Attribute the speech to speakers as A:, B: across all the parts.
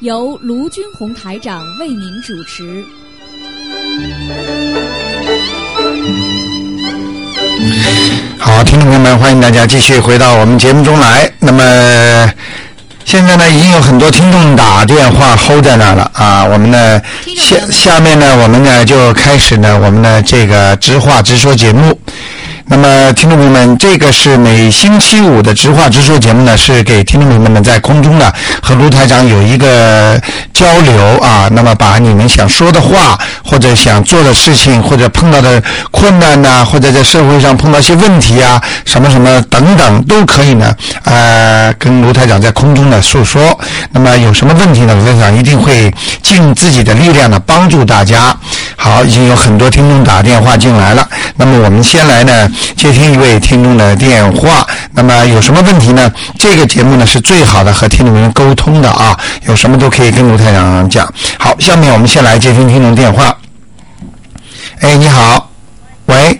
A: 由卢军红台长为您主持。
B: 好，听众朋友们，欢迎大家继续回到我们节目中来。那么现在呢，已经有很多听众打电话 hold 在那儿了啊。我们呢，
A: 听众朋友们
B: 下下面呢，我们呢就开始呢，我们的这个直话直说节目。那么，听众朋友们，这个是每星期五的直话直说节目呢，是给听众朋友们在空中呢和卢台长有一个交流啊。那么，把你们想说的话，或者想做的事情，或者碰到的困难呐、或者在社会上碰到一些问题啊，什么什么等等，都可以呢，呃，跟卢台长在空中呢诉说。那么有什么问题呢？卢台长一定会尽自己的力量呢帮助大家。好，已经有很多听众打电话进来了。那么我们先来呢接听一位听众的电话。那么有什么问题呢？这个节目呢是最好的和听众朋友沟通的啊，有什么都可以跟卢台长讲。好，下面我们先来接听听众电话。哎，你好，喂，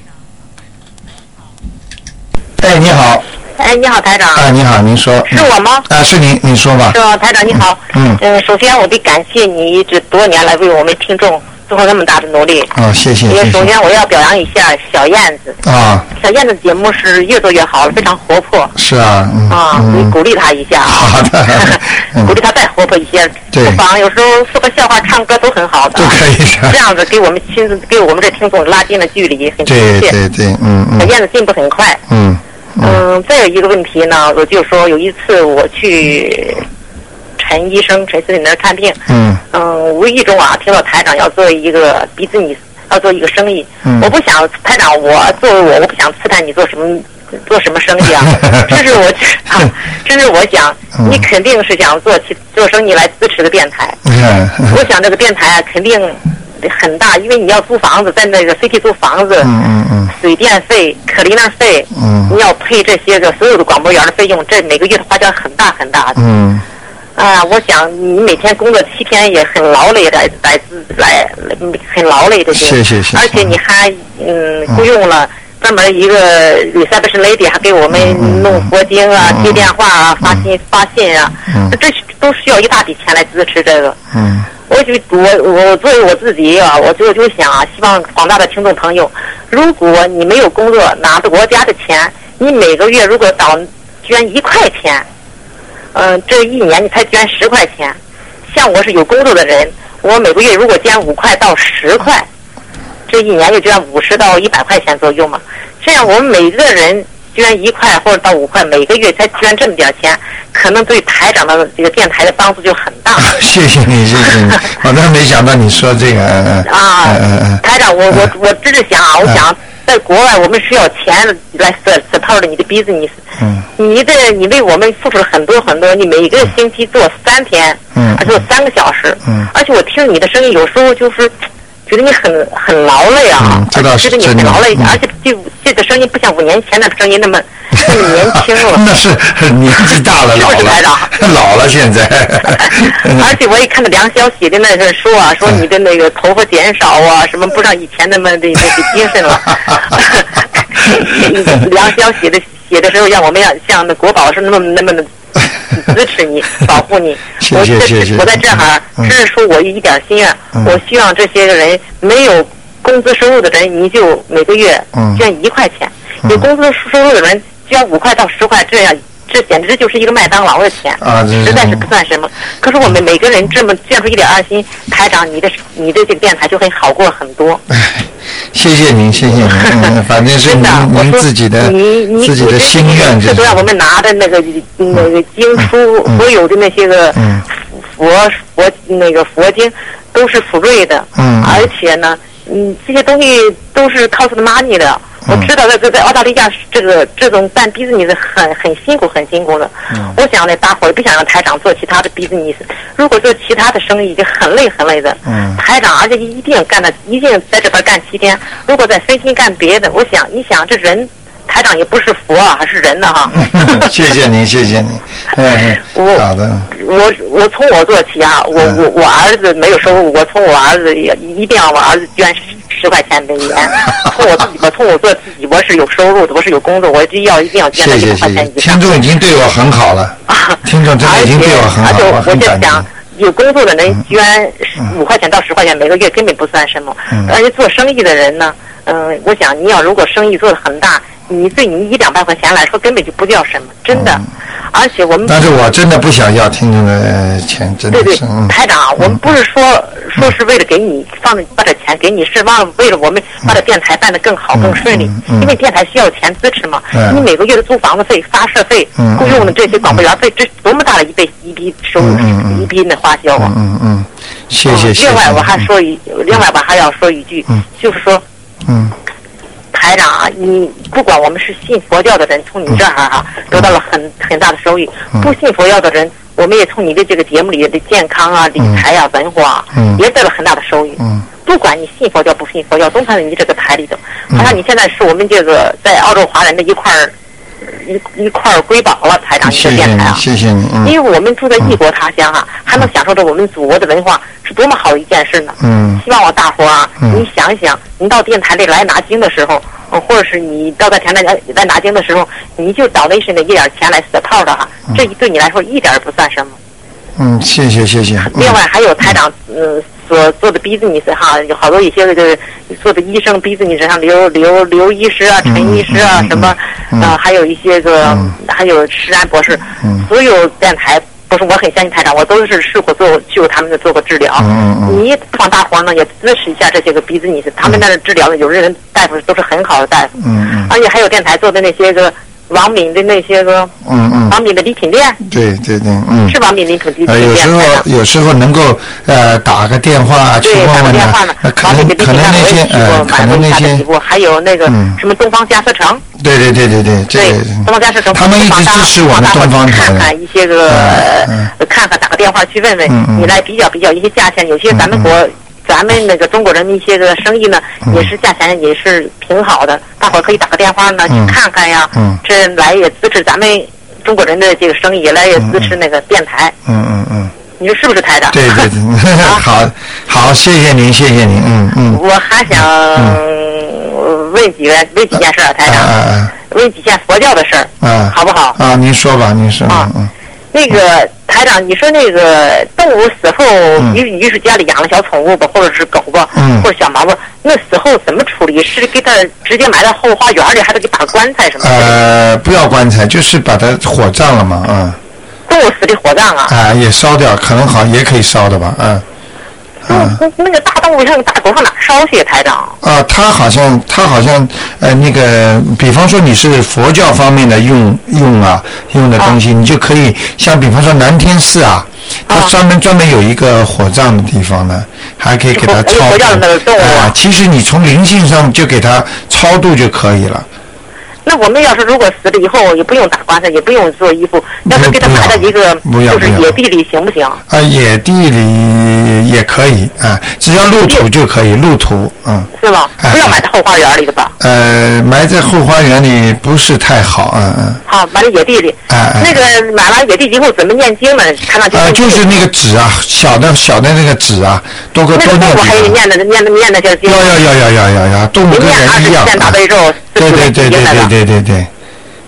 B: 哎，你好，
C: 哎，你好，台长，
B: 啊，你好，您说，
C: 是我吗？
B: 啊，是您，您说吧
C: 是，吧，台长你好。
B: 嗯
C: 嗯，首先我得感谢你这多年来为我们听众做出那么大的努力。
B: 啊，谢谢，
C: 也
B: 谢
C: 首
B: 谢，
C: 先我要表扬一下小燕子，
B: 啊，
C: 小燕子节目是越做越好了，非常活泼
B: 是啊，嗯，
C: 啊，你
B: 嗯，
C: 鼓励她一下
B: 好
C: 啊
B: 的，嗯
C: 鼓励她再活泼一些。
B: 对
C: 不妨有时候说个笑话、唱歌都很好的
B: 都
C: 啊，
B: 可以的
C: 这，样子给我们亲自给我们这听众拉近了距离，很
B: 对
C: 亲切。
B: 对对，嗯
C: 小
B: 嗯
C: 燕子进步很快。
B: 嗯
C: 嗯，再有一个问题呢，我就说有一次我去陈医生、陈司理那儿看病，
B: 嗯
C: 嗯，无意中啊听到台长要做一个鼻子你要做一个生意，
B: 嗯
C: 我不想台长我作为我我不想刺探你做什么。做什么生意啊？ 这是我啊，这是我想，
B: 嗯
C: 你肯定是想做起做生意来支持的电台。
B: 嗯，
C: 我想这个电台啊，肯定很大，因为你要租房子，在那个 CT 租房子，
B: 嗯嗯嗯
C: 水电费、可离那费，
B: 嗯
C: 你要配这些个所有的广播员的费用，这每个月的花销很大很大的。
B: 嗯，
C: 啊，我想你每天工作七天也很劳累的，来自来很劳累的。这
B: 是是是
C: 而且你还嗯雇佣了。专门一个 reception lady 还给我
B: 嗯
C: 们弄佛经啊、接电话啊、发信发信啊，
B: 嗯
C: 这是都需要一大笔钱来支持这个。
B: 嗯
C: 我就我我作为我自己啊，我就就想啊，希望广大的听众朋友，如果你没有工作拿着国家的钱，你每个月如果倒捐一块钱，嗯、这一年你才捐十块钱。像我是有工作的人，我每个月如果捐五块到十块，这一年就捐五十到一百块钱左右嘛。这样我们每个人捐一块或者到五块，每个月才捐这么点儿钱，可能对台长的这个电台的帮助就很大。
B: 谢谢你，谢 谢你，我真没想到你说这个，嗯嗯嗯
C: 啊
B: 嗯，
C: 台长，我我我真是想啊，我
B: 嗯
C: 想在国外我们是要钱来 s u p 的你的 business，
B: 嗯
C: 你的你为我们付出了很多很多，你每个星期做三天，
B: 嗯
C: 而且有三个小时，
B: 嗯
C: 而且我听你的声音有时候就是。觉得你很很劳累啊
B: 嗯，这倒是
C: 觉得你
B: 真
C: 很
B: 的
C: 劳累，
B: 嗯
C: 而且这这个声音不像五年前的声音那么那么年轻 了。
B: 那 是年纪大了，老
C: 是不是台
B: 了，老了现在，
C: 而且我也看到梁潇写的那个说啊，说你的那个头发减少啊，什么不像以前那么的那个精神了。 梁潇写的写的时候，让我们要像那国宝是那么那么的支持 你、保护你。
B: 谢
C: 我
B: 谢
C: 在
B: 谢谢
C: 我在这儿
B: 嗯
C: 只是说我一点心愿，
B: 嗯
C: 我希望这些个人没有工资收入的人，你就每个月
B: 嗯
C: 捐一块钱；
B: 嗯
C: 有工资收入的人捐五块到十块，这样这简直就是一个麦当劳的钱。
B: 啊嗯这是
C: 实在是不算什么。可是我们每个人这么捐出一点爱心，台长，你的你的这个电台就会好过很多。
B: 谢谢您，谢谢您，嗯反正是
C: 真
B: 您
C: 的，我
B: 您
C: 说
B: 自己的
C: 你你
B: 自己的心愿，
C: 这
B: 这
C: 都让我
B: 是
C: 们拿的那个那个经书，所有的那些个
B: 嗯
C: 佛佛那个佛经都是福瑞的，
B: 嗯
C: 而且呢，嗯，这些东西都是 cost money 的。
B: 嗯
C: 我知道在在在澳大利亚，这个这种办 business 很很辛苦，很辛苦的。
B: 嗯
C: 我想呢，大伙儿不想让台长做其他的 business，如果做其他的生意，已经很累很累的。
B: 嗯
C: 台长，而且一定干的，一定在这边干七天。如果再分心干别的，我想，你想这人，台长也不是佛啊，还是人呢、 哈。
B: 谢谢您，谢谢您，嗯，嗯
C: 我
B: 好的，
C: 我我从我做起啊，我
B: 嗯
C: 我我儿子没有收入，我从我儿子也一定要我儿子捐十十块钱每 年。从我自己，我从我做自己，我是有收入的，我是有工作，我就要一定要捐到啊哎
B: 谢
C: 一有工作的
B: 嗯
C: 人捐五块钱到十块钱每个月根本不算什么，
B: 嗯
C: 而且做生意的人呢，嗯、我想你要如果生意做得很大，你对你一两百块钱来说根本就不叫什么，真的。而且我们
B: 嗯但是我真的不想要听众的钱，真的
C: 对对
B: 是，嗯，
C: 台长啊，我们不是说说是为了给你放把这钱给你，是忘了为了我们把这电台办得更好、更顺利
B: 嗯嗯，
C: 因为电台需要钱支持嘛
B: 嗯。
C: 你每个月的租房子费、发社费
B: 嗯、
C: 雇佣的这些广播员费，这多么大的一笔一笔收入
B: 嗯嗯嗯，
C: 一笔那花销啊！
B: 嗯嗯，谢谢谢
C: 嗯
B: 谢。
C: 另外我还说一，另外我还要说一句
B: 嗯，
C: 就是说
B: 嗯
C: 台长啊，你不管我们是信佛教的人，从你这儿啊
B: 嗯
C: 得到了很很大的收益；不信佛教的人，我们也从你的这个节目里的健康啊、理财啊、文化啊，
B: 嗯
C: 也得到了很大的收益。
B: 嗯
C: 不管你信佛教不信佛教，都在你这个台里头。
B: 嗯
C: 好像你现在是我们这个在澳洲华人的一块儿一一块儿瑰宝了，台长，
B: 嗯，
C: 你这
B: 谢谢
C: 电台
B: 你
C: 啊，。
B: 谢谢你，嗯
C: 因为我们住在异国他乡啊，还能享受到我们祖国的文化，是多么好的一件事呢！
B: 嗯
C: 希望我大伙啊，
B: 嗯
C: 你想一想，您到电台里来拿经的时候，呃或者是你到在前台来来拿经的时候，你就找那身的一点钱来死套的哈，这对你来说一点儿不算什么。
B: 嗯，谢谢谢谢。嗯
C: 另外还有台长，嗯，所做的 business 哈，有好多一些这个做的医生 business 上刘刘刘医师啊、陈医师啊
B: 嗯嗯嗯
C: 什么，
B: 嗯
C: 呃，还有一些个
B: 嗯，
C: 还有石安博士
B: 嗯，
C: 所有电台。不是，我很相信台长，我都是试过做去过他们那做过治疗。
B: 嗯嗯嗯
C: 你不妨大伙儿呢也支持一下这些个 business，他们那儿治疗的有的人大夫都是很好的大夫，
B: 嗯嗯
C: 而且还有电台做的那些个王敏的那些个
B: 嗯
C: 王
B: 嗯，
C: 敏的礼品店，
B: 对对对，嗯。
C: 啊是王敏礼品礼品
B: 呃，有
C: 店
B: 时候
C: 台长
B: 有时候能够呃打个电话去
C: 对，打
B: 问
C: 个
B: 问
C: 电
B: 呢
C: 话呢，，
B: 那可
C: 王敏
B: 能
C: 的礼
B: 可
C: 品
B: 能
C: 店
B: 那
C: 我
B: 些
C: 也去
B: 呃
C: 过，
B: 可
C: 买过
B: 能
C: 一
B: 那
C: 下的
B: 些
C: 礼物，还有那个
B: 嗯
C: 什么东方家私城，
B: 对对对对对，这
C: 对
B: 个，
C: 东方家私城，
B: 他们一直支持我们东方台
C: 看看一些个
B: 嗯，
C: 看看打个电话去问
B: 嗯嗯
C: 问，你来比较比较一些价钱，有些咱们国。咱们那个中国人的一些个生意呢，
B: 嗯
C: 也是价钱也是挺好的，大伙儿可以打个电话呢去
B: 嗯
C: 看看呀
B: 嗯。
C: 这来也支持咱们中国人的这个生意，也来也支持那个电台。
B: 嗯嗯嗯，
C: 你说是不是台长？
B: 对对对，好好，谢谢您，谢谢您，嗯嗯，
C: 我还想呃问几个问几件事儿啊，台
B: 啊
C: 长，
B: 啊
C: 问几件佛教的事儿，
B: 啊啊，
C: 好不好？
B: 啊，您说吧，您说，
C: 啊
B: 嗯嗯，
C: 那个台长，你说那个动物死后，
B: 嗯
C: 于于是家里养了小宠物吧，或者是狗吧
B: 嗯，
C: 或者小猫吧，那死后怎么处理？是给它直接埋到后花园里，还是给打棺材什么的？
B: 呃，不要棺材，就是把它火葬了嘛，啊
C: 动物死的火葬啊，
B: 啊，也烧掉，可能好，也可以烧的吧，嗯
C: 那
B: 嗯。
C: 那那个大动物上大狗上哪儿烧去啊？台长，
B: 啊，他好像，他好像，呃，那个，比方说你是佛教方面的用用啊用的东西，你就可以像比方说南天寺啊，它
C: 啊
B: 专门专门有一个火葬的地方呢，还可以给它
C: 是
B: 超
C: 佛
B: 度。
C: 佛教的那个动物啊
B: 啊其实你从灵性上就给它超度就可以了。
C: 那我们要是如果死了以后，也不用打棺材，也不用做衣服，要是给它
B: 不要
C: 埋到一个
B: 不要
C: 就是
B: 不要
C: 野地里行不行？
B: 啊，野地里也可以啊，只要入土就可以，入土，嗯，
C: 是吧？
B: 哎
C: 不要埋到后花园里的吧？
B: 呃，埋在后花园里不是太好，嗯嗯。
C: 好，埋到野地里。
B: 哎哎
C: 那个买完野地以后怎么念经呢？看到
B: 呃，就是
C: 那
B: 那个纸啊，小的小的那个纸啊，多个
C: 个
B: 多
C: 动
B: 弄
C: 物
B: 几
C: 还得
B: 个。
C: 念的念的念的就是经
B: 要，要要要要要要，动物
C: 你
B: 跟
C: 念二
B: 人
C: 十
B: 一样
C: 遍大
B: 啊。
C: 悲咒，四
B: 对
C: 十
B: 对
C: 遍
B: 对
C: 心
B: 对
C: 经来
B: 对
C: 了，
B: 对对对，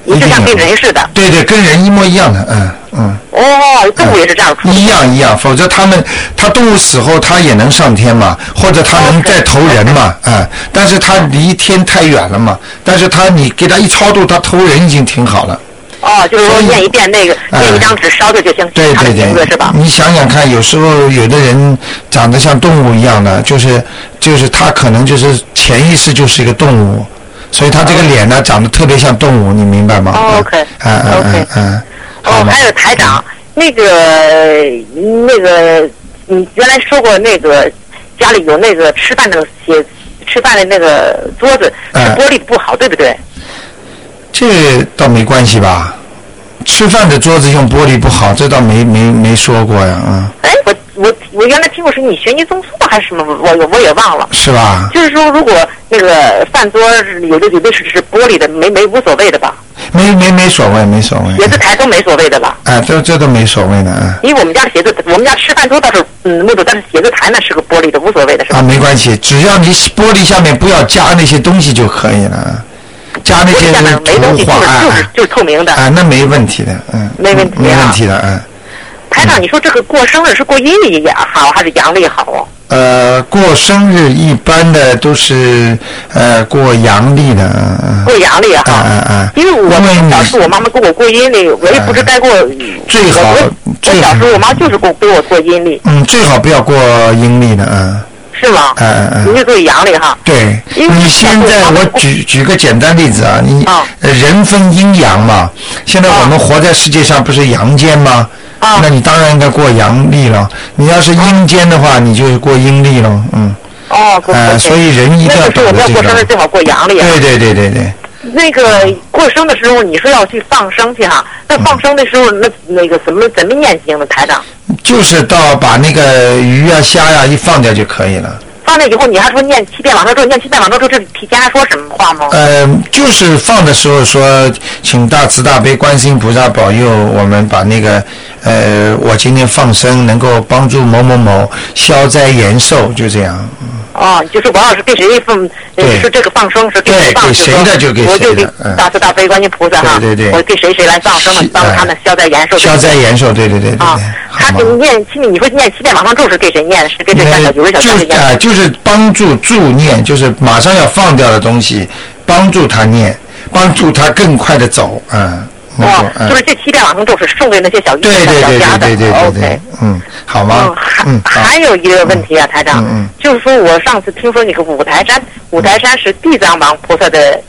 C: 你就像跟人似的。
B: 对对跟人一模一样的，嗯嗯。
C: 哦，动物也是这样处理
B: 一样一样，否则他们他动物死后他也能上天嘛，或者他能再投人嘛，啊、但是他离天太远了嘛，但是他你给他一超度，他投人已经挺好了。
C: 哦，就是说
B: 所以
C: 念一遍那个，
B: 哎
C: 念一张纸烧掉就行，
B: 对嗯
C: 他的
B: 对
C: 名字
B: 对，
C: 是吧？
B: 你想想看，有时候有的人长得像动物一样的，就是就是他可能就是潜意识就是一个动物，所以他这个脸呢长得特别像动物，你明白吗？
C: 哦，OK，
B: 嗯嗯嗯
C: OK
B: 嗯，好
C: 哦，
B: 吗？
C: 还有台长，那个那个，你原来说过那个家里有那个吃饭的些吃饭的那个桌子是
B: 哎
C: 玻璃不好，对不对？
B: 这倒没关系吧？吃饭的桌子用玻璃不好，这倒没没没说过呀，嗯，
C: 哎，我我我原来听过是你学尼宗素还是什么，我我我也忘了。
B: 是吧？
C: 就是说，如果那个饭桌有的有的是是玻璃的，没没无所谓的吧，
B: 没没没所谓，没所
C: 写
B: 谓
C: 字。台都没所谓的吧。
B: 啊，这这都没所谓的啊
C: 因为我们家的写字，我们家吃饭桌倒是嗯木头，但是写字台那是个玻璃的，无所谓的是吧？
B: 啊，没关系，只要你玻璃下面不要加那些东西就可以了，啊加那
C: 玻璃
B: 些
C: 下面没东
B: 图
C: 西，就
B: 画
C: 是
B: 啊
C: 就是就是透明的。
B: 啊，那没问题的，嗯，
C: 没问题啊
B: 没问题的，嗯。
C: 台长，你说这个过生日是过阴历也好，还是阳历好啊？
B: 呃，过生日一般的都是呃过阳历的，嗯嗯
C: 过阳历也好，
B: 嗯嗯嗯
C: 因为我
B: 因为你啊
C: 小时候我妈妈给我过阴历，我也不知该过。
B: 最好
C: 我我
B: 最好
C: 小时候我妈就是给我给我过阴历，
B: 嗯，最好不要过阴历的，嗯
C: 是吗？
B: 嗯嗯
C: 你
B: 嗯，
C: 就做阳历哈。
B: 对，
C: 因为
B: 你现在
C: 小时候
B: 我举举个简单例子啊，你、
C: 啊
B: 呃人分阴阳嘛，现在
C: 啊
B: 我们活在世界上不是阳间吗？
C: 啊
B: 那你当然应该过阳历了。你要是阴间的话，你就过阴历了，嗯，
C: 哦，过
B: 呃，所以人一定要
C: 那
B: 懂
C: 就是我
B: 得
C: 们要
B: 这
C: 过生日
B: 个。
C: 最好过阳历啊。
B: 对对对对对，
C: 那个过生的时候，你说要去放生去哈，那放生的时候，那那个怎么怎么念经呢？台长，
B: 就是到把那个鱼啊、虾呀、一放掉就可以了。
C: 放那以后你还说念七遍往生咒，念七遍往生咒，这是提前还说什么话吗？
B: 呃，就是放的时候说，请大慈大悲观世音菩萨保佑我们把那个，呃，我今天放生能够帮助某某某消灾延寿，就这样。
C: 哦，就是我要是给谁放，
B: 对
C: 是这个放生是给谁
B: 对
C: 放
B: 给谁的就给谁的
C: 我就给
B: 嗯
C: 大慈大悲观音菩萨哈，
B: 对对对
C: 我给谁谁来放生了
B: 是，呃
C: 帮他们消灾延寿。
B: 消灾延寿，对对对对对，
C: 啊，
B: 好
C: 他
B: 吗
C: 给？你念七，你说念七遍往上咒是给谁念的？是给这三小九十小
B: 就
C: 三
B: 是
C: 念的
B: 啊、就是帮助助念，就是马上要放掉的东西，帮助他念，帮助他更快的走，嗯，能够
C: 哦，
B: 嗯
C: 就是这七遍往生咒是送给那些小鱼
B: 对对
C: 小
B: 对
C: 家
B: 对对
C: 的。
B: 对对
C: OK
B: 对。，嗯，好
C: 嗯
B: 吗，？嗯，
C: 还
B: 好，
C: 还有一个问题啊，台长
B: 嗯嗯，
C: 就是说我上次听说那个五台山，五台山是地藏王菩萨的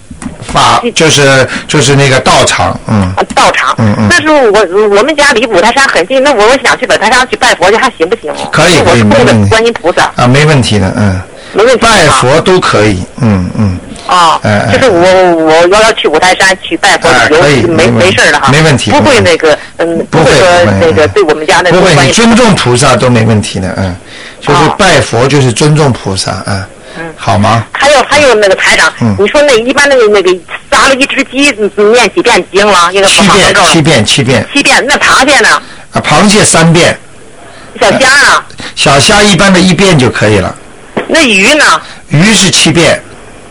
B: 法就是就是那个道场，嗯，
C: 啊道场
B: 嗯嗯。
C: 那时候我我们家离五台山很近，那我我想去本台山去拜佛去，还行不行？
B: 可以
C: 因为我
B: 可以
C: 是供
B: 没问
C: 的
B: 题
C: 观音菩萨，
B: 啊，没问题的，嗯，
C: 没问题吧。
B: 拜佛都可以，嗯嗯，
C: 啊
B: 哎哎，
C: 就是我我要要去五台山去拜佛
B: 哎，
C: 有
B: 可以没
C: 没
B: 问
C: 没
B: 题
C: 事儿的哈，
B: 没问题
C: 不会
B: 嗯
C: 那个嗯，
B: 不会
C: 会说
B: 不会
C: 那个
B: 嗯
C: 对我们家那
B: 不
C: 个
B: 会，
C: 观
B: 你
C: 音
B: 尊重菩萨都没问题的，嗯，就是
C: 哦
B: 拜佛就是尊重菩萨，嗯，好吗？
C: 还有还有那个台长，
B: 嗯
C: 你说那一般的那个杀了一只鸡，你你念几遍经了？应该
B: 七遍七遍七遍
C: 七遍。那螃蟹呢？
B: 啊，螃蟹三遍，
C: 小虾呢？
B: 小虾一般的一遍就可以了，
C: 那鱼呢？
B: 鱼是七遍，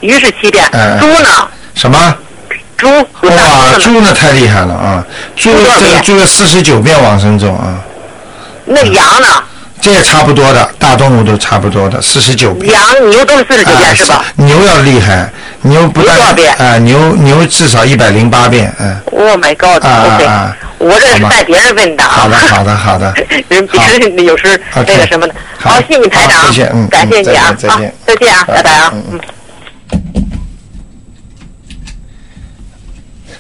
C: 鱼是七遍。
B: 嗯
C: 猪呢？
B: 什么？
C: 猪有大
B: 哇，
C: 猪呢？
B: 猪呢太厉害了啊，猪
C: 猪多少
B: 这个
C: 遍
B: 猪四十九遍往生咒啊，
C: 那羊呢？
B: 这也差不多的，大动物都差不多的，四十九遍。
C: 羊牛都是四十九
B: 啊，
C: 遍是吧？
B: 牛要厉害，牛不但
C: 牛多少遍
B: 啊、牛牛至少一百零八遍，嗯、
C: ？Oh my
B: 啊啊
C: God！OK，
B: 啊
C: 我这
B: 好
C: 是
B: 吧
C: 带别人问的啊。，
B: 好的，好的，好的
C: 人别
B: 好
C: 人有时那
B: OK，
C: 个什么的。
B: 好
C: 好，谢谢你台长
B: 好
C: 啊，
B: 谢谢嗯
C: 感谢
B: 嗯再
C: 你啊，
B: 见再
C: 好
B: 见，
C: 再见啊，拜拜啊，
B: 嗯嗯
C: 嗯。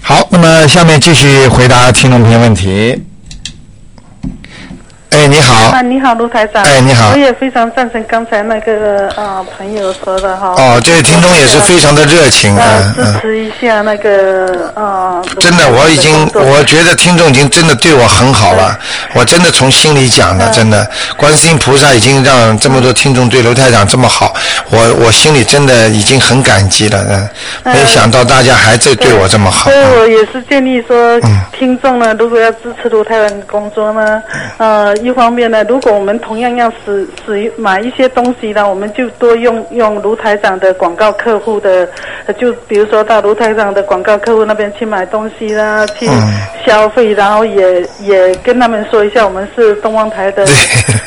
B: 好，那么下面继续回答听众朋友问题。哎，你好
D: 啊，，你好，卢台长。
B: 哎你好
D: 我也非常赞成刚才那个啊、朋友说的哈。
B: 哦，这位听众也是非常的热情，
D: 呃
B: 嗯
D: 支
B: 嗯，
D: 持一下那个啊。卢
B: 真的，
D: 台长
B: 我已经
D: 工，作
B: 我觉得听众已经真的对我很好了，我真的从心里讲的，真的，观世音菩萨已经让这么多听众对刘台长这么好，我我心里真的已经很感激了，嗯，没想到大家还在对我这么好
D: 所以，
B: 嗯
D: 我也是建议说，听众呢，如果要支持卢台长的工作呢，
B: 嗯
D: 呃，一方面呢，如果我们同样要使使用买一些东西呢，我们就多用用卢台长的广告客户的，呃就比如说到卢台长的广告客户那边去买东西啦，去
B: 嗯
D: 消费，然后也也跟他们说一下我们是东方台的
B: 对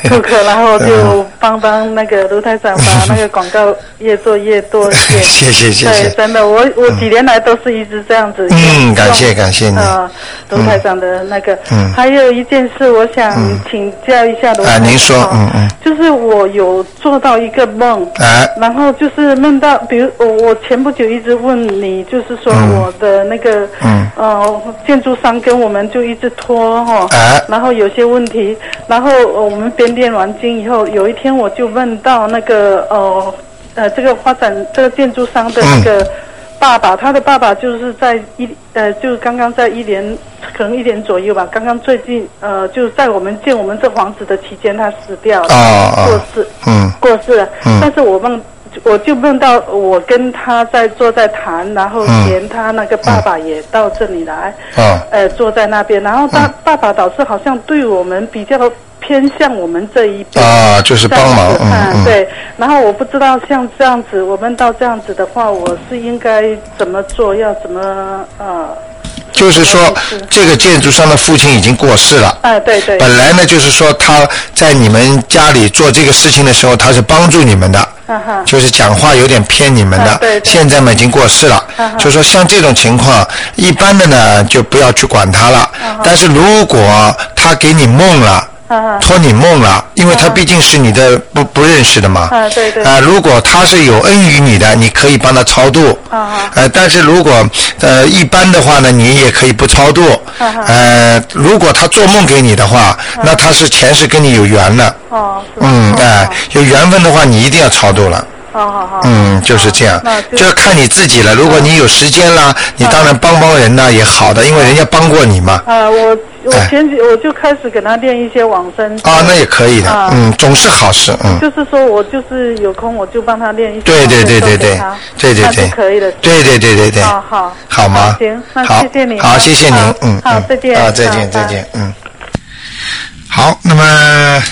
B: 嗯
D: 顾客，然后就帮帮那个卢台长 把那个广告越做越多越
B: 嗯谢谢谢谢
D: 对，真的，我我几年来都是一直这样子。
B: 嗯感谢感谢你
D: 啊，卢台长的那个，
B: 嗯
D: 还有一件事，我想请教一下卢台
B: 啊
D: 长。
B: 您说嗯嗯。
D: 就是我有做到一个梦，
B: 哎
D: 然后就是梦到，比如我我前不久一直问你，就是说我的那个，
B: 嗯
D: 呃，建筑商跟我们就一直拖哈，
B: 哎
D: 然后有些问题，然后呃我们编练完经以后，有一天我就问到那个呃呃这个发展这个建筑商的那个爸爸，他的爸爸就是在一呃就刚刚在一年可能一年左右吧，刚刚最近呃就在我们建我们这房子的期间他死掉了，
B: 哦哦
D: 过世，
B: 嗯
D: 过世了，
B: 嗯
D: 但是我梦。我就梦到我跟他在坐在谈，然后
B: 嗯
D: 连他那个爸爸也到这里来，
B: 哦
D: 呃，坐在那边，然后
B: 嗯
D: 他、爸爸导师好像对我们比较偏向我们这一边。
B: 啊，就是帮忙，
D: 这样子
B: 嗯嗯，
D: 对。然后我不知道像这样子，我们到这样子的话，我是应该怎么做？要怎么呃？
B: 就是说
D: 是
B: 这个建筑商的父亲已经过世了。
D: 哎，对对，
B: 本来呢，就是说他在你们家里做这个事情的时候，他是帮助你们的，
D: 嗯哼，
B: 就是讲话有点偏你们
D: 啊
B: 的
D: 对。对啊
B: 现在嘛已经过世了，就说像这种情况，一般的呢就不要去管他了。但是如果他给你梦了。
D: 啊
B: 托你梦了，因为他毕竟是你的不不认识的嘛。
D: 啊对对
B: 啊、如果他是有恩于你的，你可以帮他超度。
D: 啊
B: 呃，但是如果呃一般的话呢，你也可以不超度。
D: 啊
B: 呃，如果他做梦给你的话，那他是前世跟你有缘了。
D: 哦，是吧
B: 嗯，
D: 哦
B: 哎、有缘分的话，你一定要超度了。
D: 好好好，
B: 嗯，就是这样
D: 那，
B: 就
D: 就嗯
B: 要看你自己了。如果你有时间啦，你当然帮帮人呐，也好的，因为人家帮过你嘛。
D: 啊，我我
B: 哎
D: 前几我就开始给他练一些往生咒
B: 啊，那也可以的
D: 啊，
B: 嗯，总是好事，嗯，
D: 就是说我就是有空我就帮他练一些
B: 对对对对
D: 往生咒给
B: 对
D: 他，
B: 对对
D: 那
B: 对
D: 就，可以了，
B: 对对对对对，
D: 啊好，
B: 好吗？
D: 行，那
B: 好
D: 谢谢你，啊
B: 好，谢谢您
D: 好，
B: 嗯，
D: 好
B: 嗯，
D: 再见，
B: 啊，再
D: 好
B: 见，再
D: 拜
B: 见，嗯。好，那么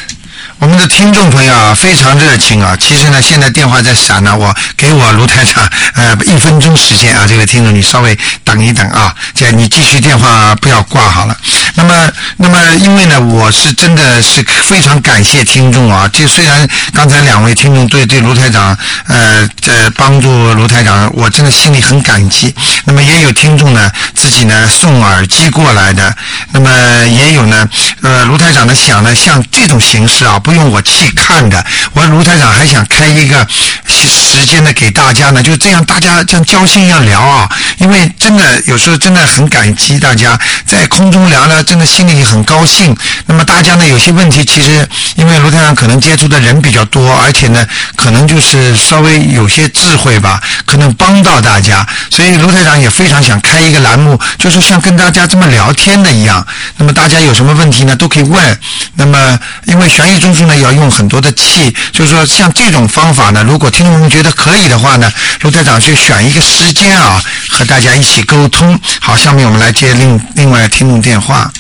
B: 我们的听众朋友啊，非常热情啊。其实呢，现在电话在闪呢、我给我啊卢台长呃一分钟时间啊，这个听众你稍微等一等啊，这样你继续电话不要挂好了。那么，那么因为呢，我是真的是非常感谢听众啊。这虽然刚才两位听众对对卢台长呃这帮助卢台长，我真的心里很感激。那么也有听众呢自己呢送耳机过来的，那么也有呢呃卢台长呢想呢像这种形式啊，不用我去看的，我卢台长还想开一个时时间呢给大家呢，就这样大家像交心一样聊啊，因为真的有时候真的很感激大家在空中聊聊，真的心里很高兴。那么大家呢有些问题其实因为卢台长可能接触的人比较多，而且呢可能就是稍微有些智慧吧，可能帮到大家，所以卢台长也非常想开一个栏目，就是像跟大家这么聊天的一样。那么大家有什么问题呢，都可以问。那么因为悬疑中枢呢要用很多的气，就是说像这种方法呢，如果听众们觉得可以的话呢，卢台长去选一个时间啊，和大家一起沟通。好，下面我们来接另另外听众电话。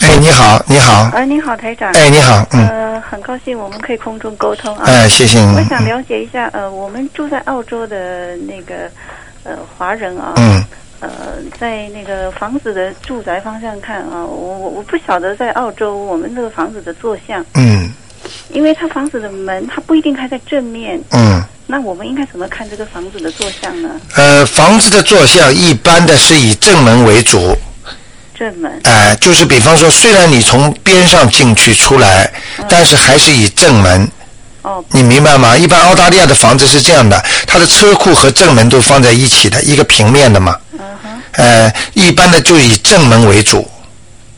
B: 哎，你好，你好，
E: 哎，你好，台长。
B: 哎，你好，嗯，
E: 呃，很高兴我们可以空中沟通啊。
B: 哎，谢谢
E: 我
B: 你，
E: 想了解一下，呃，我们住在澳洲的那个呃华人啊，
B: 嗯
E: 呃，在那个房子的住宅方向看啊，我我我不晓得在澳洲我们这个房子的坐向，
B: 嗯
E: 因为它房子的门它不一定开在正面，
B: 嗯。
E: 那我们应该怎么看这个房子的坐向呢？
B: 呃，房子的坐向一般的是以正门为主，
E: 正门
B: 哎、就是比方说，虽然你从边上进去出来，但是还是以正门，
E: 哦，
B: 你明白吗？一般澳大利亚的房子是这样的，它的车库和正门都放在一起的，一个平面的嘛。
E: 嗯
B: 呃，一般的就以正门为主。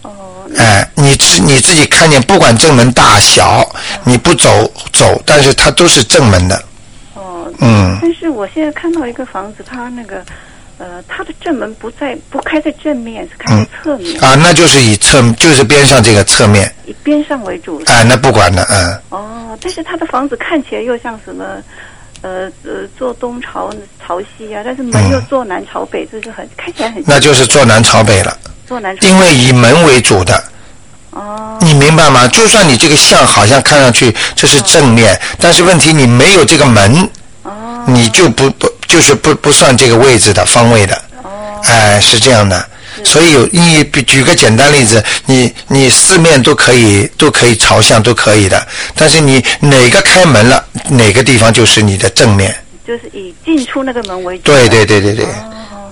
E: 哦，
B: 哎、你自你自己看见，不管正门大小，你不走走，但是它都是正门的。
E: 哦，
B: 嗯
E: 但是我现在看到一个房子，它那个，呃，它的正门不在，不开在正面，是开在侧面，
B: 啊，那就是以侧就是边上这个侧面，
E: 以边上为主。
B: 哎、那不管了，嗯。
E: 哦，但是它的房子看起来又像什么，呃呃，坐东朝朝西啊，但是门又坐南朝北，这是很看起来很
B: 那就是坐南朝北了，
E: 坐南朝
B: 因为以门为主的，
E: 哦
B: 你明白吗？就算你这个相好像看上去这是正面，但是问题你没有这个门，
E: 哦
B: 你就不不就是不不算这个位置的方位的，
E: 哦
B: 哎，是这样的。所以有你比举个简单例子，你你四面都可以都可以朝向都可以的，但是你哪个开门了，哪个地方就是你的正面。
E: 就是以进出那个门为主。
B: 对对对对对，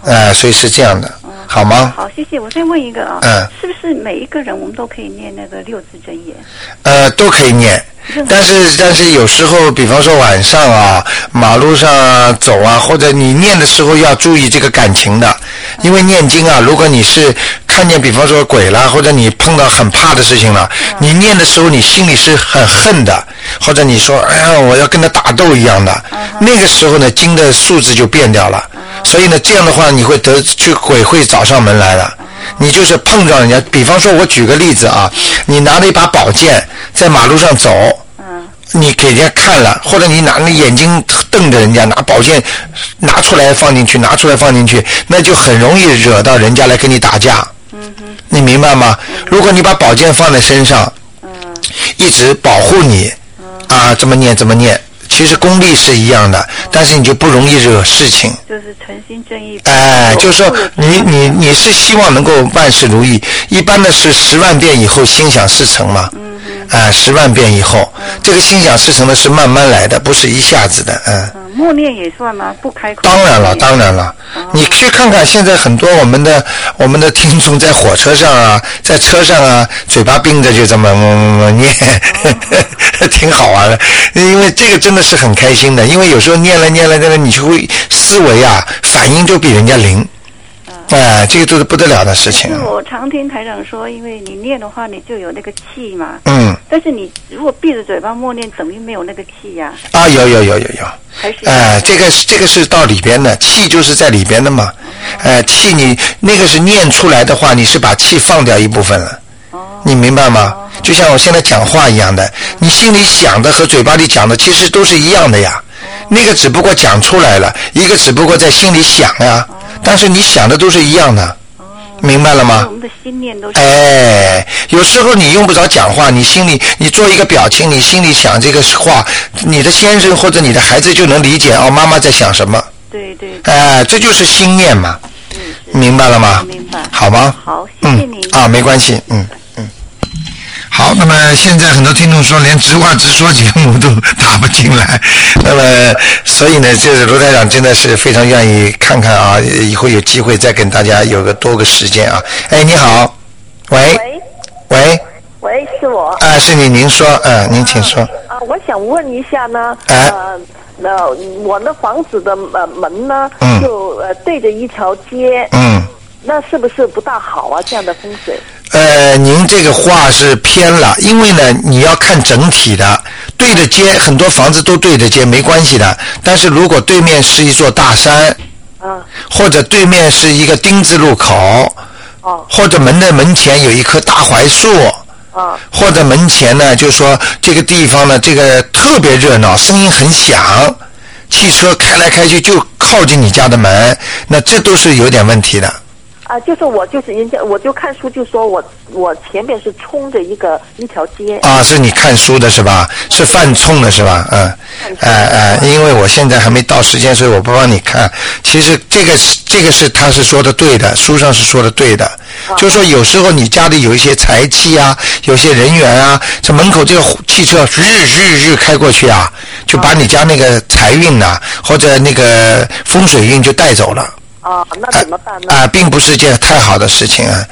B: 哎，所以是这样的，好吗？
E: 好，谢谢。我再问一个啊，
B: 嗯
E: 是不是每一个人我们都可以念那个六字真言？
B: 呃，都可以念
E: 任何。
B: 但是但是有时候，比方说晚上啊，马路上啊走啊，或者你念的时候要注意这个感情的，因为念经啊，如果你是看见比方说鬼啦，或者你碰到很怕的事情了，你念的时候你心里是很恨的，或者你说哎呀我要跟他打斗一样的，那个时候呢经的数字就变掉了，所以呢这样的话你会得就鬼会找上门来了。你就是碰撞人家。比方说，我举个例子啊，你拿着一把宝剑在马路上走，
E: 嗯，
B: 你给人家看了，或者你拿那眼睛瞪着人家，拿宝剑拿出来放进去，拿出来放进去，那就很容易惹到人家来跟你打架。你明白吗？如果你把宝剑放在身上，一直保护你，啊，这么念这么念，其实功力是一样的，但是你就不容易惹事情。
E: 就是诚心正义。
B: 哎，
E: 有
B: 就是说
E: 有
B: 你你你是希望能够万事如意，一般的是十万遍以后心想事成嘛。嗯哎，十万遍以后，这个心想事成的是慢慢来的，不是一下子的。嗯。
E: 嗯默念也算吗？不开口。
B: 当然了，当然了，你去看看现在很多我们的我们的听众在火车上啊，在车上啊，嘴巴闭着就这么嗯嗯嗯念， 挺好玩的。因为这个真的是很开心的，因为有时候念了念了念了，你就会思维啊反应就比人家灵，哎、这个都是不得了的事情
E: 是。我常听台长说，因为你念的话，你就有那个气嘛。
B: 嗯
E: 但是你如果闭着嘴巴默念，等于没有那个气呀、
B: 啊，有有有有有。
E: 还是
B: 哎、这个是这个是到里边的气，就是在里边的嘛。哎、气你那个是念出来的话，你是把气放掉一部分了，
E: 哦
B: 你明白吗？就像我现在讲话一样的，你心里想的和嘴巴里讲的其实都是一样的呀。那个只不过讲出来了，一个只不过在心里想呀，但是你想的都是一样的，明白了吗？
E: 我们的心念
D: 哦
E: 都是。
B: 哎，有时候你用不着讲话，你心里你做一个表情，你心里想这个话，你的先生或者你的孩子就能理解哦，妈妈在想什么。
E: 对对，
B: 哎，这就是心念嘛，明白了吗？
D: 嗯
E: 明白
B: 好吗？
E: 好谢谢
B: 嗯
E: 您
B: 啊，没关系，嗯嗯。好，那么现在很多听众说连直话直说节目都打不进来，那么呃所以呢，就是卢台长真的是非常愿意看看啊，以后有机会再跟大家有个多个时间啊。哎，你好，喂
F: 喂
B: 喂，
F: 喂，是我
B: 啊，是你，您说，嗯、您请说，
F: 啊，我想问一下呢，
B: 哎
F: 呃，那我那房子的呃门呢，
B: 嗯
F: 就呃对着一条街，
B: 嗯。
F: 那是不是不大好啊？这样的风水
B: 呃，您这个话是偏了，因为呢，你要看整体的，对着街，很多房子都对着街，没关系的。但是如果对面是一座大山，
F: 啊，
B: 或者对面是一个丁字路口，
F: 哦
B: 或者门的门前有一棵大槐树，
F: 啊
B: 或者门前呢，就说这个地方呢，这个特别热闹，声音很响，汽车开来开去就靠近你家的门，那这都是有点问题的。
F: 啊，就是我就是人家我就看书就说我我前面是冲着一个一条街，
B: 啊，是你看书的是吧？是犯冲的是吧？嗯，哎哎，因为我现在还没到时间，所以我不帮你看。其实这个是这个是他是说的对的，书上是说的对的，就是说有时候你家里有一些财气啊，有些人员啊，这门口这个汽车日日日开过去啊，就把你家那个财运呐、或者那个风水运就带走了。
F: 啊，那
B: 啊
F: 怎么办呢？
B: 啊，并不是件太好的事情啊。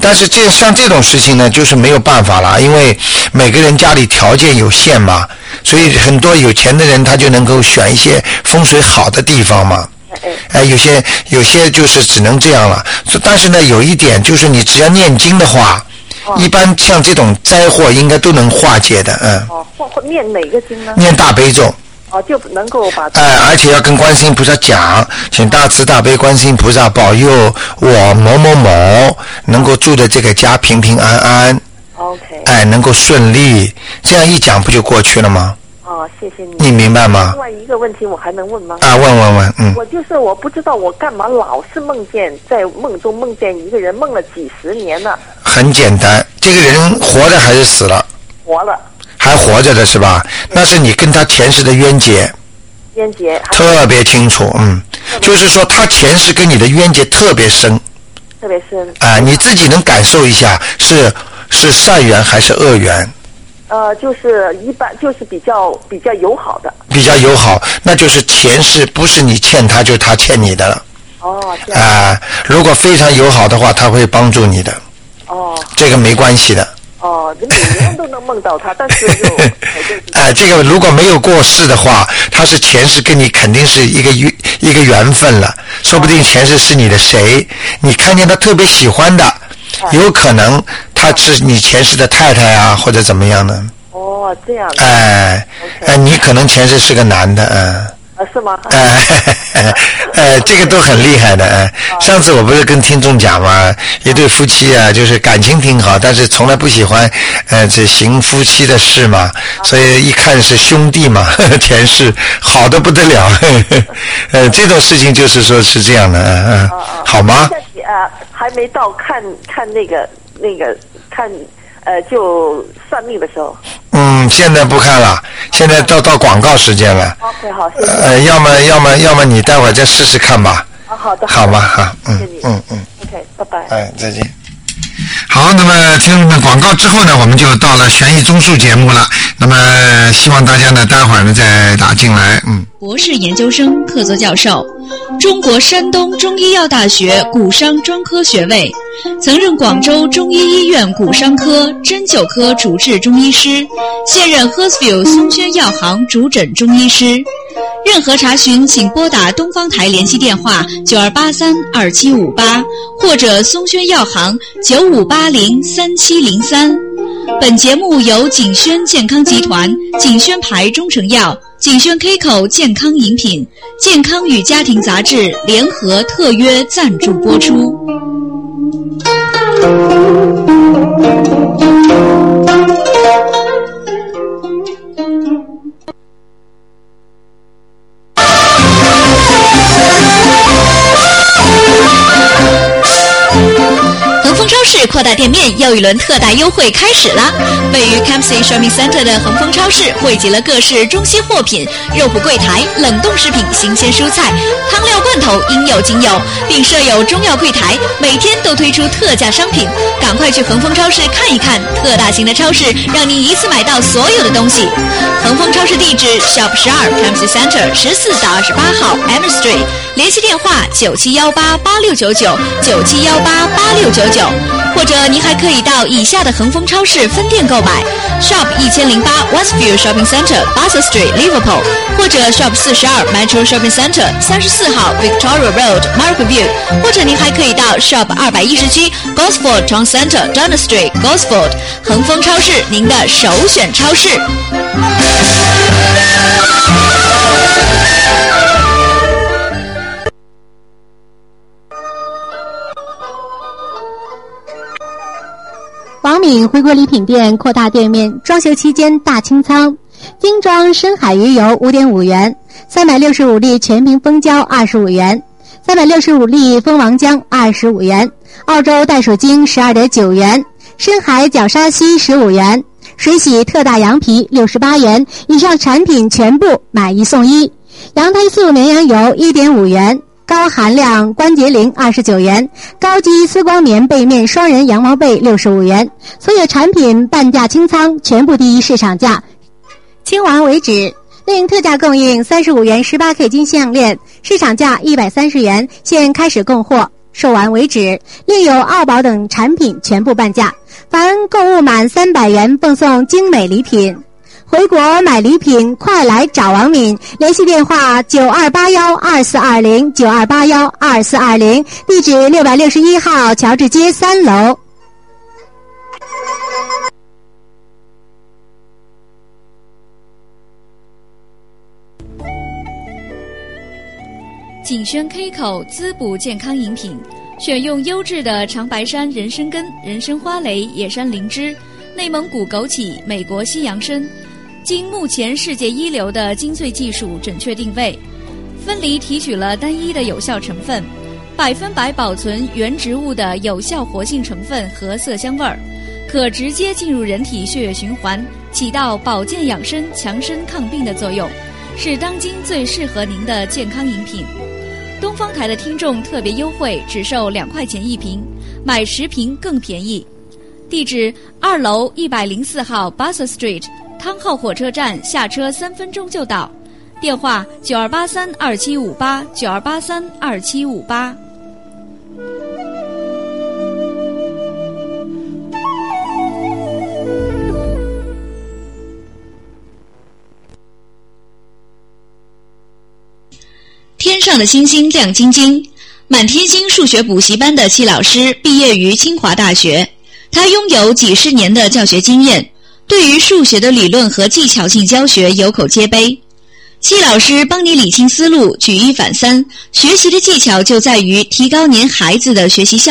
B: 但是这像这种事情呢，就是没有办法了，因为每个人家里条件有限嘛，所以很多有钱的人他就能够选一些风水好的地方嘛。哎，有些有些就是只能这样了。所但是呢，有一点就是你只要念经的话，一般像这种灾祸应该都能化解的。嗯，
F: 哦，或或念哪个经呢？
B: 念大悲咒。
F: 哦，就能够把
B: 哎、而且要跟观世音菩萨讲，请大慈大悲观世音菩萨保佑我某某某能够住的这个家平平安安，
F: OK
B: 哎、能够顺利。这样一讲不就过去了吗？
F: 哦，谢谢你。
B: 你明白吗
F: 另？外一个问题我还能问吗？
B: 啊，问问问，嗯，
F: 我就是我不知道我干嘛老是梦见在梦中梦见一个人，梦了几十年了，
B: 很简单，这个人活着还是死了？
F: 活了，
B: 还活着的是吧？那是你跟他前世的冤结，
F: 烟结还
B: 特别清楚，嗯，就是说他前世跟你的冤结特别深，
F: 特别 深。
B: 啊、你自己能感受一下是是善缘还是恶缘。
F: 呃，就是一般就是比较比较友好的。
B: 比较友好，那就是前世不是你欠他，就是他欠你的了
F: 哦，这
B: 啊、
F: 样
B: 如果非常友好的话，他会帮助你的，
F: 哦
B: 这个没关系的。
F: 哦，每年都能梦到他，但是就我就
B: 哎、这个如果没有过世的话，他是前世跟你肯定是一个缘一个缘分了，说不定前世是你的谁，你看见他特别喜欢的，有可能他是你前世的太太啊，或者怎么样呢？
F: 哦这样
B: 哎、哎、你可能前世是个男的，嗯、
F: 啊是吗？
B: 呃，呃，这个都很厉害的。
F: 哦
B: 呃上次我不是跟听众讲嘛，一对夫妻啊，就是感情挺好，但是从来不喜欢，呃，这行夫妻的事嘛，
F: 哦
B: 所以一看是兄弟嘛， 呵呵前世好的不得了。 呵呵呃，这种事情就是说是这样的，嗯、
F: 哦呃
B: 嗯，好吗？
F: 下去啊，还没到看看那个那个看呃，就算命的时候。
B: 嗯，现在不看了，现在到到广告时间了。
F: OK，好，谢谢。
B: 呃，要么要么要么你待会儿再试试看吧，
F: 啊，好的，
B: 好吗？哈，
F: 谢
B: 嗯
F: 谢你
B: 嗯嗯，
F: ，OK，拜拜。
B: 哎，再见。好，那么听众们，广告之后呢，我们就到了悬疑综述节目了。那么希望大家呢，待会儿呢再打进来，嗯。
A: 博士研究生、客座教授，中国山东中医药大学骨伤专科学位，曾任广州中医医院骨伤科、针灸科主治中医师，现任 Hersfield 松轩药行主诊中医师。任何查询，请拨打东方台联系电话九二八三二七五八或者松轩药行九五八零三七零三。本节目由景轩健康集团、景轩牌中成药、景轩 K 口健康饮品、健康与家庭杂志联合特约赞助播出。恒丰超市扩大店面又一轮特大优惠开始啦！位于 Campsy Shopping Center 的恒丰超市汇集了各式中西货品、肉脯柜台、冷冻食品、新鲜蔬菜、汤料罐头应有尽有，并设有中药柜台，每天都推出特价商品。赶快去恒丰超市看一看，特大型的超市让您一次买到所有的东西。恒丰超市地址：Shop 十二 Campsy Center 十四到二十八号 M Street，联系电话九七幺八八六九九九七幺八八六九九，或者您还可以到以下的恒丰超市分店购买：Shop 一千零八 Westview Shopping Center Basil Street Liverpool，或者 Shop 四十二 Metro Shopping Center 三十四号 Victoria Road Market View，或者您还可以到 Shop 二百一十区 Gosford Town Center Dunn Street Gosford，恒丰超市您的首选超市。
G: 王敏回国礼品店扩大店面，装修期间大清仓，精装深海鱼油五点五元，三百六十五粒全瓶蜂胶二十五元，三百六十五粒蜂王浆二十五元，澳洲袋鼠精十二点九元，深海角鲨烯十五元，水洗特大羊皮六十八元，以上产品全部买一送一。羊胎素绵羊油一点五元，高含量关节灵二十九元，高级丝光棉被面双人羊毛被六十五元，所有产品半价清仓，全部低于市场价，清完为止。另特价供应三十五元十八 K 金项链，市场价一百三十元，现开始供货，售完为止。另有二宝等产品全部半价，凡购物满三百元赠送精美礼品。回国买礼品，快来找王敏。联系电话：九二八幺二四二零，九二八幺二四二零。地址：六百六十一号乔治街三楼。
A: 景轩 K 口滋补健康饮品，选用优质的长白山人参根、人参花蕾、野山灵芝、内蒙古枸杞、美国西洋参，经目前世界一流的精粹技术准确定位，分离提取了单一的有效成分，百分百保存原植物的有效活性成分和色香味儿，可直接进入人体血液循环，起到保健养生、强身抗病的作用，是当今最适合您的健康饮品。东方台的听众特别优惠，只售两块钱一瓶，买十瓶更便宜。地址：二楼一百零四号 b u s Street，汤后火车站下车三分钟就到。电话：九二八三二七五八，九二八三二七五八。天上的星星亮晶晶。满天星数学补习班的戚老师毕业于清华大学，他拥有几十年的教学经验，对于数学的理论和技巧性教学有口皆碑。戚老师帮你理清思路，举一反三，学习的技巧就在于提高您孩子的学习效。